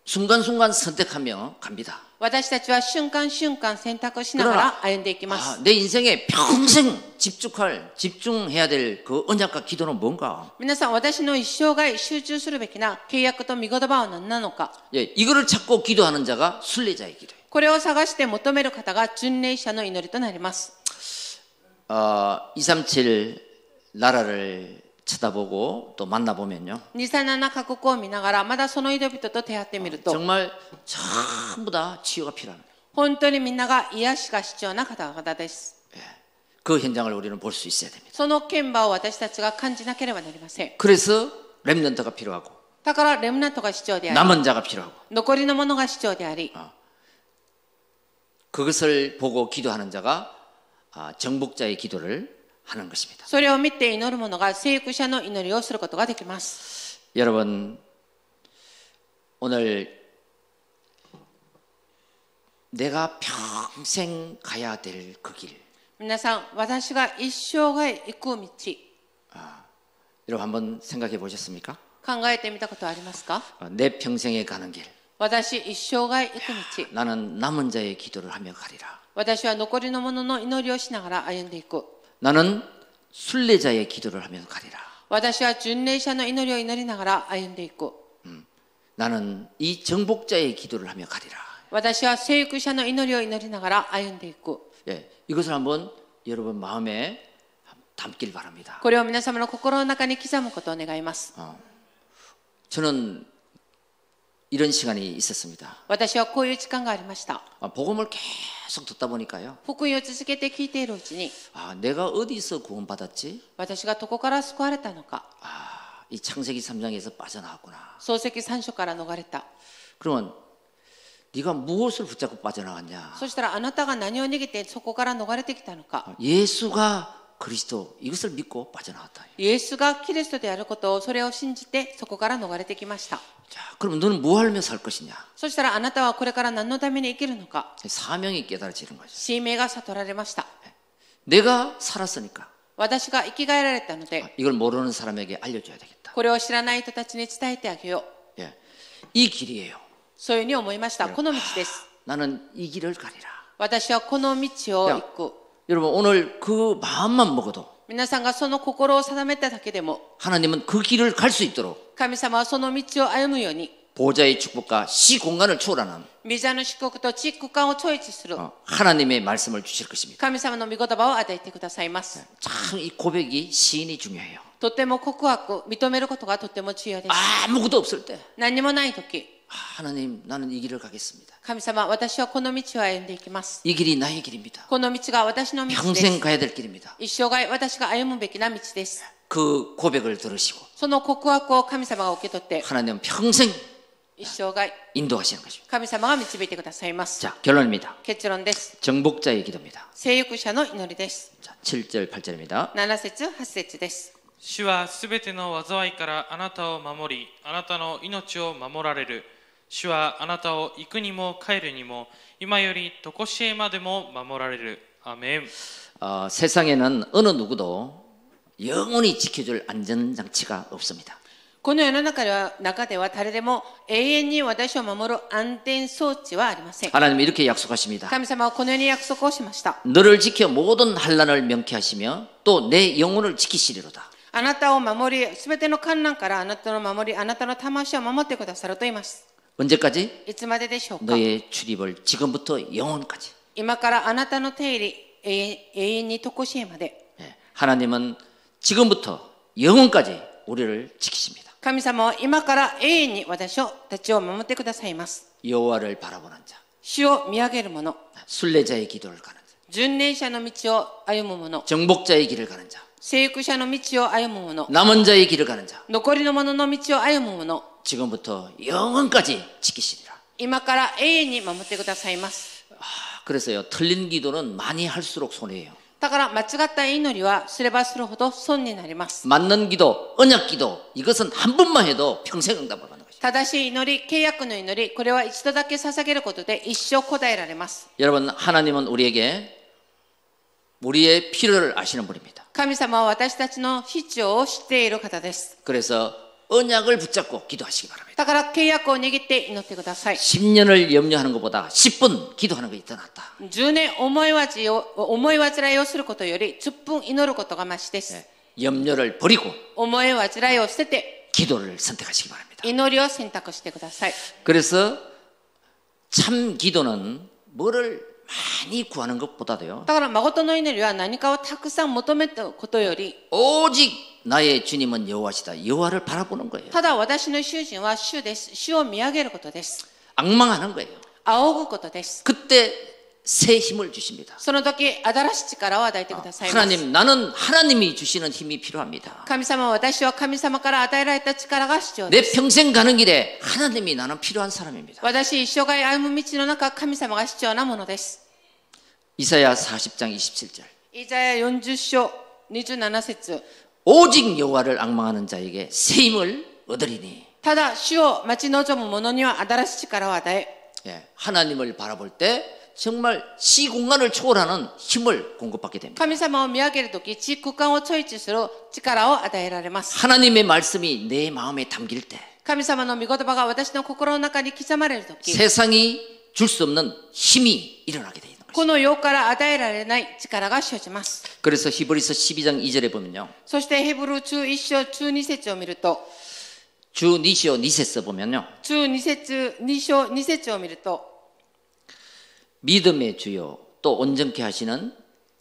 A: 순간순간 선택하며 갑니다.
B: 私たちは瞬間瞬間選択しながら歩んでいきま
A: 아,
B: す。
A: 내 인생에 평생 집중할 집중해야 될 그 언약과 기도는 뭔가?
B: 皆さん、私の一生涯集中するべきな契約と見言葉は何なのか。
A: 예, 이거를 찾고 기도하는 자가 순례자의 기도예요.
B: これを探して求める方が巡礼者の祈りとなります。
A: 어, 237 나라를 쳐다보고 또 만나보면요.
B: 237カ国を見ながら、まだその人々と出会ってみると、
A: 정말 전부 다 치유가 필요합니다.
B: 本当にみんなが癒しが必要な方々です。
A: 그 현장을 우리는 볼 수 있어야 됩니다.
B: その現場を私たちが感じなければなりません。
A: 그래서 렘넌트가 필요하고
B: だからレムナントが主張であり、
A: 남은 자가 필요하고
B: 残りのものが主張であり、
A: 그것을 보고 기도하는 자가 아, 정복자의 기도를 하는 것입니다.
B: それを見て祈る者が聖句者の祈りをすることができます。
A: 여러분 오늘 내가 평생 가야 될 그 길.
B: 皆さん、私が一生涯行く道、
A: 여러분 한번 생각해 보셨습니까?
B: 考えてみたことはありますか
A: 어, 내 평생에 가는 길.
B: 私一生が行く道
A: 나는 남은 자의 기도를 하며 가리라.
B: 私は残りのものの祈りをしながら歩んでいく
A: 나는 순례자의 기도를 하며 가리라.
B: 私は巡礼者の祈りを祈りながら歩んでいく
A: 나는 이 정복자의 기도를 하며 가리라.
B: 私は聖育者の祈りを祈りながら歩んでいく
A: 예, 이것을 한번 여러분 마음에 담길 바랍니다.
B: これを皆様の心の中に刻むことを願います
A: 저는 이런 시간이 있었습니다.
B: 私はこういう時間がありました
A: 아, 복음을 계속 듣다 보니까요.
B: 福音を続けて聞いているうちに
A: 아, 내가 어디서 구원받았지?
B: 私がどこから救われたのか
A: 아, 이 창세기 3장에서 빠져나왔구나.
B: 漱石三所から逃れた
A: 그러면 네가 무엇을 붙잡고 빠져나왔냐?
B: そしたらあなたが何を握ってそこから逃れてきたのか
A: 아, 예수가 그리스도 이것을 믿고 빠져나왔다.
B: イエスがキリストであることをそれを信じてそこから逃れてきました
A: 자, 그럼 너는 뭐 하며 살 것이냐?
B: そしたらあなたはこれから何のために生きるのか
A: 사명이 깨달아지는 거죠.
B: 使命が悟られました
A: 내가 살았으니까
B: 私が生き返られたの
A: 아,
B: で
A: 이걸 모르는 사람에게 알려줘야 되겠다.
B: これを知らない人たちに伝えてあげよう
A: 예, 이 길이에요.
B: そういうふうに思いましたこの道です
A: 나는 이 길을 가리라.
B: 私はこの道を行く
A: 여러분 오늘 그 마음만 먹어도
B: 皆さんがその心を定めただけでも
A: 하나님은 그 길을 갈 수 있도록
B: 神様はその道を歩むように
A: 보좌의 축복과 시 공간을 초월하는
B: ビザの四国と地区間を超越する
A: 어, 하나님의 말씀을 주실 것입니다.
B: 神様の御言葉を与えてくださいます
A: 참 이 고백이 시인이 중요해요.
B: とても告白認めることがとても重要です
A: 아무것도 없을 때
B: 何にもない時
A: 아, 하나님 나는 이 길을 가겠습니다.
B: 神様私はこの道を歩んでいきます
A: 이 길이 나의 길입니다.
B: この道が私の道で
A: 평생
B: す
A: 가야 될 길입니다.
B: 一生涯私が歩むべきな道です
A: 그 고백을 들으시고
B: その告白を神様が受け取って、
A: 하나님은 평생
B: 一生涯、
A: 인도하시는 것입니다.
B: 神様が導いてくださいます。
A: 자, 결론입니다.
B: 結論です。
A: 정복자의 기도입니다.
B: 聖欲者の祈りです。
A: 자, 7절 8절입니다.
B: 7節、8節です。
C: 主はすべての災いからあなたを守りあなたの命を守られる主はあなたを行くにも帰るにも今より常しえまでも守られるアーメン
A: 어, 세상에는 어느 누구도 영원히 지켜줄 안전장치가 없습니다.
B: この世の中では、中では誰でも永遠に私を守る安全装置はありません。
A: 하나님 이렇게 약속하십니다.
B: 神様はこの世に約束をしました。
A: 너를 지켜 모든 환란을 명쾌하시며 또 내 영혼을 지키시리로다.
B: あなたを守り、すべての観難からあなたの守り、あなたの魂を守ってくださると言います。
A: 언제까지?
B: いつまででしょうか
A: 너의 출입을 지금부터 영원까지.
B: 今からあなたの手入り、永遠永遠に常しえまで。
A: 예, 하나님은 지금부터 영원까지 우리를 지키십니다.
B: 神様は今から永遠に私をたちを守ってくださいます。
A: 여호와를 바라보는 자,
B: 主を見上げる者、
A: 순례자의 기도를 가는 자,
B: 巡礼者の道を歩む者、
A: 정복자의 길을 가는 자,
B: 征服者の道を歩む者、
A: 남은 자의 길을 가는 자,
B: 残りの者の道を歩む者、
A: 지금부터 영원까지 지키시리라.
B: 今から永遠に守ってくださいます。
A: 그래서요, 틀린 기도는 많이 할수록 손해예요.
B: だから間違った祈りはすればするほど損になります。
A: 맞는 기도, 언약 기도, 이것은 한 번만 해도 평생 응답을 받는 것이죠.
B: 正しい祈り、契約の祈り、これは一度だけ捧げることで一生答えられます。
A: 여러분, 하나님은 우리에게 우리의 필요를 아시는 분입니다.
B: 神様は私たちの必要を知っている方です。
A: 그래서 언약을 붙잡고 기도하시기 바랍니다.
B: だから契約を握って祈ってください。
A: 10년을 염려하는 것보다 10분 기도하는 것이 더 낫다.
B: 10年思いわじを思い煩いをすることより10分祈ることがましです、
A: 예, 염려를 버리고
B: 思い煩いを捨てて
A: 기도를 선택하시기 바랍니다.
B: 祈りを選択してください
A: 그래서 참 기도는 뭐를 많이 구하는 것보다도요.
B: だから誠の祈りは何かをたくさん求めたことより
A: 오직 나의 주님은 여호와시다. 여호와를 바라보는 거예요.
B: ただ私の囚人は主です主を見上げることです
A: 악망하는 거예요.
B: 仰ぐことです
A: 그때 새 힘을 주십니다.
B: その時新しい力を与えてくださいます
A: 하나님 나는 하나님이 주시는 힘이 필요합니다.
B: 神様は私は神様から与えられた力が必要
A: 내
B: です
A: 평생 가는 길에 하나님이 나는 필요한 사람입니다.
B: 私一生涯歩む道の中神様が必要なものです
A: 이사야 40장 27절.
B: イザヤ40章27節
A: 오직 여호와를 악망하는 자에게 새 힘을 얻으리니.
B: ただ主を待ち望む者には新しい力を与え
A: 예, 하나님을 바라볼 때 정말 시 공간을 초월하는 힘을 공급받게 됩니다.
B: 神様を見上げる時地空間を超一する力を与えられます
A: 하나님의 말씀이 내 마음에 담길 때
B: 神神様の御言葉が私の心の中に刻まれるとき、
A: 예. 세상이 줄 수 없는 힘이 일어나게 되는 거예요.
B: この世から与えられない力が生じます。
A: 그래서 히브리서 12장 2절에 보면요.
B: そしてヘブル中1章中2節を見ると、
A: 주 니시오 니세스 보면요.
B: 中2節、2章2節を見ると、
A: 믿음의 주요 또 온전케 하시는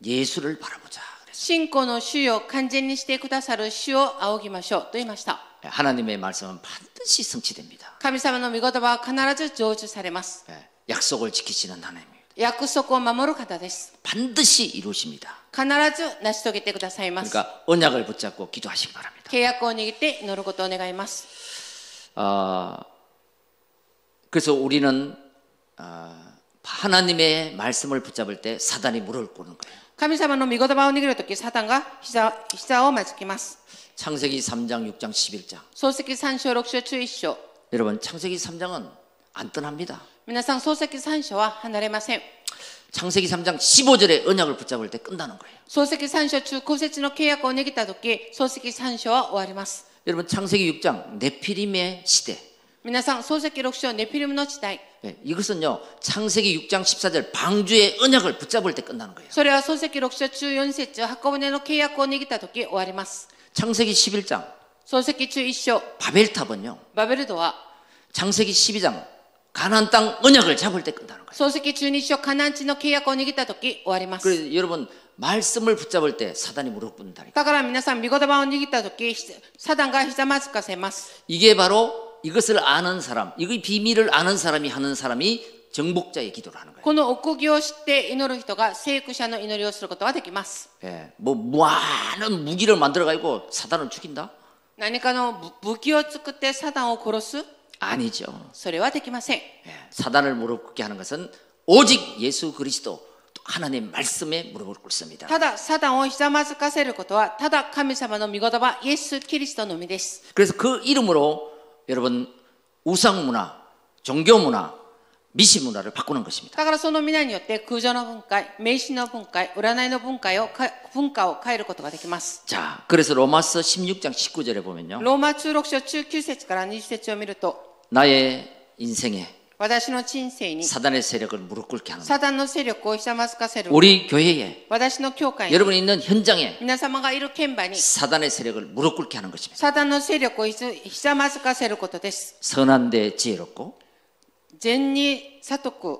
A: 예수를 바라보자. 그랬어요.
B: 信仰の主よ完全にしてくださる主を仰ぎましょうと言いました。
A: 예, 하나님의 말씀은 반드시 성취됩니다.
B: 神様の御言葉は必ず成就されます。
A: 예, 약속을 지키시는 하나님.
B: 約束を守る方です。
A: 반드시 이루십니다.
B: 必ず成し遂げてくださいます。
A: 그러니까 언약을 붙잡고 기도하시기 바랍니다.
B: 契約を握って乗ることを願います。
A: 아, 그래서 우리는 아, 하나님의 말씀을 붙잡을 때 사단이 물을 꼬는 거예요.
B: 神様の御言葉を握るとき、サタンが膝膝をまじきます。
A: 창세기 3장, 6장, 11장.
B: 漱石3章、6章中1章。
A: 여러분, 창세기 3장은 안 떠납니다.
B: 皆さん、漱石3章は離れません。
A: 창세기 3장 15절에 언약을 붙잡을 때 끝나는 거예요.
B: 漱石3章中古節の契約を握ったとき、漱石3章は終わります。
A: 여러분, 창세기 6장 네피림의 시대.
B: 皆さん、漱石6章ネフィリムの時代。
A: 예, 이것은요 창세기 6장 14절 방주의 언약을 붙잡을 때 끝나는 거예요.
B: それは漱石6章中4節箱舟の契約を握ったとき終わります。
A: 창세기 11장
B: 漱石中1章
A: 바벨탑은요
B: バベルドは
A: 창세기 12장 가나안 땅 언약을 잡을 때 끝나는 거예요.
B: 漱石中日章カナン地の契約を握った時終わります
A: 그래서 여러분 말씀을 붙잡을 때 사단이 무릎 꿇는다니까.
B: だから皆さん御言葉を握った時ひサタンがひざまずかせます
A: 이게 바로 이것을 아는 사람, 이거 비밀을 아는 사람이 하는 사람이 정복자의 기도를 하는 거예요.
B: この奥義を知って祈る人が聖句者の祈りをすることができます
A: 예, 뭐 많은 무기를 만들어 가지고 사단을 죽인다?
B: 何かの武武器を作ってサタンを殺す
A: 아니죠.
B: それはできません
A: 예, 사단을 무릎 꿇게 하는 것은 오직 예수 그리스도 또 하나님의 말씀에 무릎을 꿇습니다.
B: ただサタンをひざまずかせることはただ神様の御言葉イエス・キリストのみです
A: 그래서 그 이름으로 여러분 우상 문화, 종교 문화, 미신 문화를 바꾸는 것입니다.
B: だからその皆によって空情の分解迷信の分解占いの分解をか文化を変えることができます
A: 자, 그래서 로마서 16장 19절에 보면요.
B: ローマ中6章中9節から20節を見ると
A: 나의 인생에
B: 私の人生に
A: 사단의 세력을 무릎 꿇게 하는
B: サタンの勢力をひざまずかせる
A: 우리 교회에
B: 私の教会に
A: 여러분이 있는 현장에
B: 皆様がいる現場に
A: 사단의 세력을 무릎 꿇게 하는 것입니다.
B: サタンの勢力をひずひざまずかせることです
A: 선한 데 지혜롭고
B: 善に悟く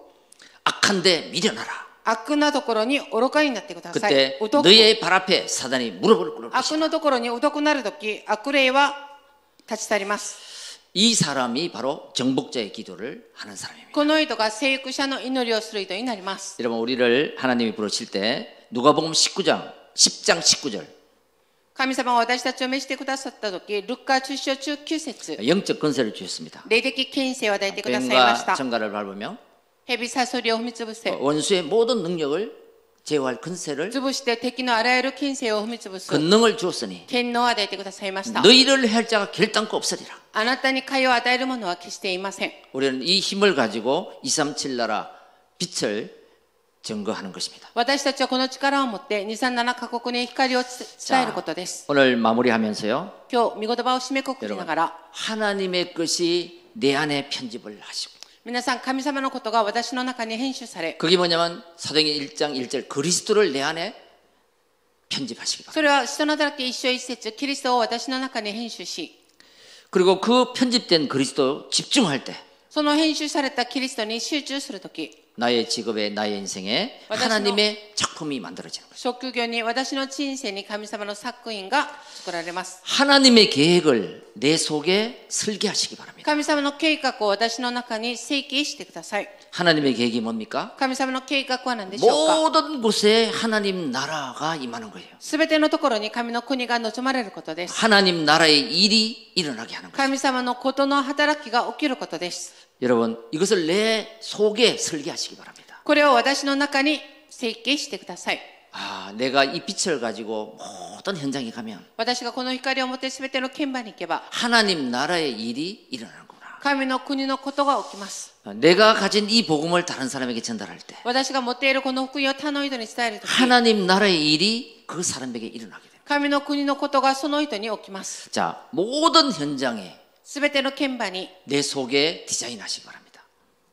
A: 악한 데 미련하라.
B: 悪なところに愚かになってください
A: 그때
B: 疎く
A: 너의 발 앞에 사단이 무릎을 꿇을
B: 悪
A: 것이다.
B: のところに疎くなるとき悪霊は立ち去ります
A: 이 사람이 바로 정복자의 기도를 하는 사람입니다.
B: この人が聖育者の祈りをする人になります
A: 여러분 우리를 하나님이 부르실 때 누가복음 19장 10장 19절
B: 神様が私たちを召してくださったときルッカ中章中9節
A: 영적 건세를 주셨습니다.
B: 霊的権威性を与えてくださいまし
A: 뱀과
B: た
A: 정가를 밟으며
B: 蛇サソリを踏みつぶせ
A: 원수의 모든 능력을 제어할 건세를
B: 潰して敵のあらゆる金星を踏み潰す
A: 권능을 주었으니
B: 権能を与えてくださいました。
A: 너희를 할 자가 결단코 없으리라.
B: あなたに会を与えるものは決していません。
A: 우리는 이 힘을 가지고 237 나라 빛을 증거하는 것입니다.
B: 私たちはこの力を持って237カ国に光をつ伝えることです。
A: 오늘 마무리하면서요.
B: 今日、見言葉を締めくくりながら、
A: 하나님의 것이 내 안에 편집을 하시고
B: 皆さん、神様のことが私の中に編集され、
A: 그게 뭐냐면 사도행전 1장 1절 그리스도를 내 안에 편집하시기 바랍니다.
B: それは、人の働き一生一節、キリストを私の中に編集し、
A: 그리고 그 편집된 그리스도 집중할 때
B: その編集されたキリストに集中するとき、
A: 나의 직업에 나의 인생에
B: 와다시노-
A: 하나님의 작품이 만들어지는 거예요.
B: 職業に私の人生に神様の作品が作られます。
A: 하나님의 계획을 내 속에 설계하시기 바랍니다.
B: 神様の計画を私の中に請求してください。
A: 하나님의 계획이 뭡니까?
B: 神様の計画は何でしょうか
A: 모든 곳에 하나님 나라가 임하는 거예요.
B: すべてのところに神の国が望まれることです。
A: 하나님 나라의 일이 일어나게 하는 거예요.
B: 神様のことの働きが起きることです。
A: 여러분, 이것을 내 속에 설계하시기 바랍니다.
B: これを私の中に設計してください。
A: 아, 내가 이 빛을 가지고 모든 현장에 가면
B: 私がこの光を持ってすべての現場に行けば、
A: 하나님 나라의 일이 일어나는구나.
B: 神の国のことが起きます。
A: 내가 가진 이 복음을 다른 사람에게 전달할 때
B: 私が持っているこの福音を他の人に伝えるとき、
A: 하나님 나라의 일이 그 사람에게 일어나게 됩니다.
B: 神の国のことがその人に起きます。
A: 자, 모든 현장에
B: すすべての鍵盤に、
A: 내 속에 디자인하시기 바랍니다.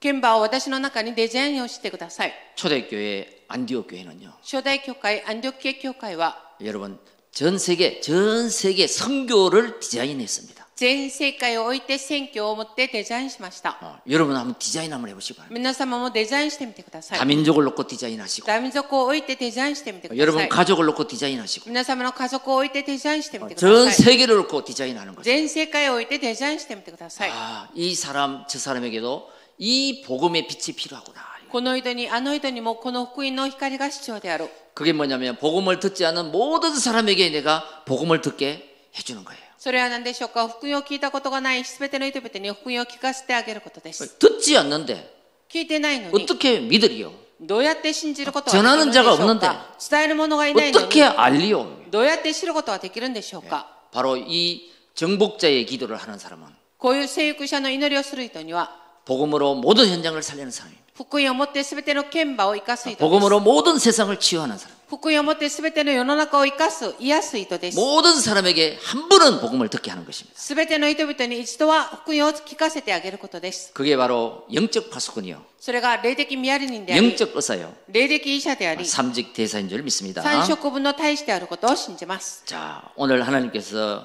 B: 鍵盤を私の中にデザインをしてください。
A: 초대교회 안디옥 교회는요.
B: 初代教会、安ョ系教会は、
A: 여러분 전 세계 전 세계 선교를 디자인했습니다.
B: 全世界を置いて選挙を持ってデザインしました。
A: 어, 여러분 한번 디자인 한번 해보시기 바랍니다.
B: 皆様もデザインしてみてください。
A: 다민족을 놓고 디자인하시고
B: 民族を置いてデザインしてみてく
A: 어,
B: ださ
A: 여러분
B: い。
A: 가족을 놓고 디자인하시고
B: 皆様の家族を置いてデザインしてみ
A: 어,
B: てく
A: 전
B: ださい。
A: 세계를 놓고 디자인하는 거죠.
B: 全世界を置いてデザインしてみてください。
A: 아, 이 사람 저 사람에게도 이 복음의 빛이 필요하구나.
B: この井戸に、あの井戸にもこの福音の光が必要である。
A: 그게 뭐냐면 복음을 듣지 않은 모든 사람에게 내가 복음을 듣게 해주는 거예요.
B: それは何でしょうか福音を聞いたことがないすべての人々に福音を聞かせてあげることです。
A: 듣지 않는데
B: 聞いてないのに、
A: 어떻게 믿으리요? ど
B: どうやって信じること
A: 전하
B: はでき
A: 는
B: るんで
A: 자가
B: しょ
A: 없는
B: う
A: 데
B: か伝える者がいないの
A: 어떻게
B: に、
A: 알리요?
B: どうやって知ることはできるんでしょうか
A: 바로 이 정복자의 기도를 하는 사람은
B: こういう聖育者の祈りをする人には、
A: 복음으로 모든 현장을 살리는 사람입니다.
B: 福音を持ってすべての剣馬を生かす人です。
A: 복음으로 모든 세상을 치유하는 사람.
B: 福音を持ってすべての世の中を生かす癒す人です。
A: 모든 사람에게 한 분은 복음을 듣게 하는 것입니다.
B: すべての人々に一度は福音を聞かせてあげることです。
A: 그게 바로 영적 파수꾼이요.
B: それが霊的ミヤリ人であり、
A: 영적 의사요.
B: 霊的医者であり、
A: 삼직 대사인 줄 믿습니다.
B: 三色分の大使であることを信じます。
A: 자, 오늘 하나님께서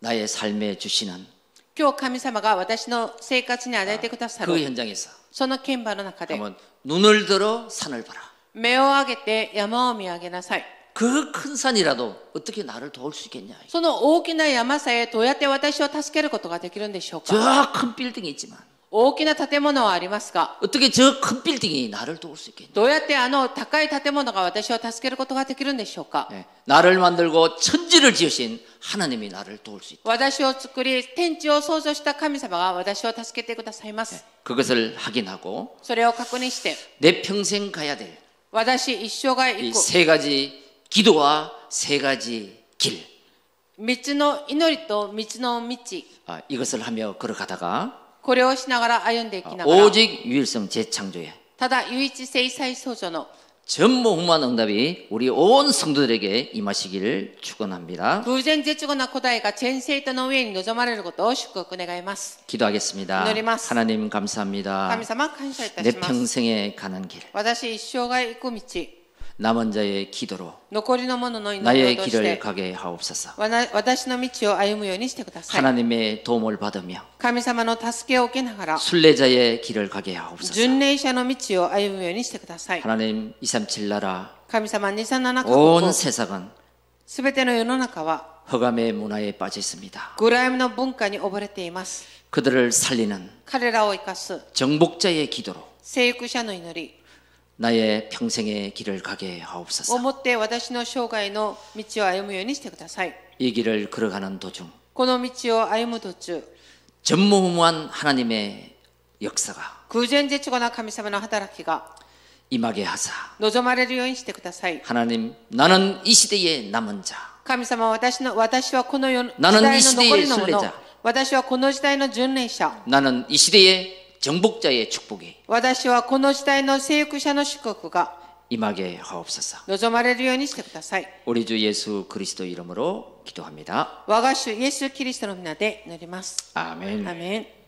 A: 나의 삶에 주시는 그
B: 今日神様が私の生活に与えてくださ
A: 그
B: る、
A: 현장에서
B: その剣馬の中で、
A: 한번 눈을 들어 산을 봐라.
B: 目を上げて山を見上げなさい。
A: 그 큰 산이라도 어떻게 나를 도울 수 있겠냐?
B: その大きな山さえどうやって私を助けることができるんでしょうか
A: 저 큰 빌딩이 있지만
B: 大きな建物はありますが、
A: 어떻게 저 큰 빌딩이 나를 도울 수 있겠냐?
B: どうやってあの高い建物が私を助けることができるんでしょうか
A: 예, 나를 만들고 천지를 지으신 하나님이 나를 도울 수 있다.
B: 私を作り、天地を創造した神様が私を助けてくださいます。
A: 그것을 확인하고
B: それを確認して、
A: 내 평생 가야 될 이 세
B: 私一生が行く
A: 가지 기도와 세 가지 길
B: 道の祈りと道の道、
A: 아, 이것을 하며 걸어가다가
B: これをしながら歩んでいきながら、
A: 오직 유일성 재창조의
B: ただ唯一性再創造の
A: 전무후무한 응답이 우리 온 성도들에게 임하시기를 축원합니다.
B: 偶然絶後な答えが全生徒の上に望まれることを祝福願います。
A: 기도하겠습니다.
B: 기도드립니다.
A: 하나님 감사합니다.
B: 神様、感謝いた
A: 내
B: します。
A: 평생에 가는 길
B: 私一生が行く道、
A: 남은 자의 기도로
B: 残りのものの祈り
A: 나의
B: を通し
A: 길을
B: て、
A: 가게 하옵소서.
B: わな私の道を歩むようにしてください。
A: 하나님의 도움을 받으며
B: 神様の助けを受けながら、
A: 순례자의 길을 가게 하옵소서.
B: 巡礼者の道を歩むようにしてください。
A: 하나님 237 나라
B: 神様237
A: 아, 온
B: 国
A: 세상은
B: すべての世の中は
A: 허감의 문화에 빠져 있습니다.
B: グライムの文化に溺れています
A: 그들을 살리는
B: 彼らを生かす
A: 정복자의 기도로
B: 生育者の祈り
A: 나의 평생의 길을 가게
B: を
A: 하옵소서.
B: 持って私の生涯の道を歩むようにしてください
A: 이 길을 걸어가는 도중
B: この道を歩む途中
A: 전무후무한 하나님의 역사가
B: 偶然絶後な神様の働きが
A: 임하게 하사
B: 望まれるようにしてください
A: 하나님 나는 이 시대의 남은 자
B: 神様私の私はこの世の時
A: なのに
B: 代の残りの
A: それ
B: も
A: じ
B: の
A: ゃ
B: 私はこの時代の巡礼者
A: 나는 이 시대의 정복자의 축복이
B: 私はこの時代の生育者の祝福が
A: 임하게 하옵소서.
B: 望まれるようにしてください
A: 우리 주 예수 그리스도 이름으로 기도합니다.
B: 我が主イエス・キリストの皆で祈ります。
A: 아멘.
B: アメン